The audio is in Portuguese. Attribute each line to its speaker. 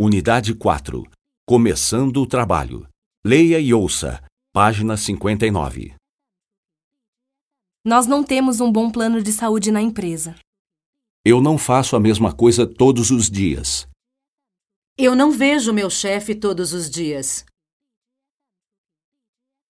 Speaker 1: Unidade 4. Começando o trabalho. Leia e ouça. Página 59.
Speaker 2: Nós não temos um bom plano de saúde na empresa.
Speaker 1: Eu não faço a mesma coisa todos os dias.
Speaker 3: Eu não vejo meu chefe todos os dias.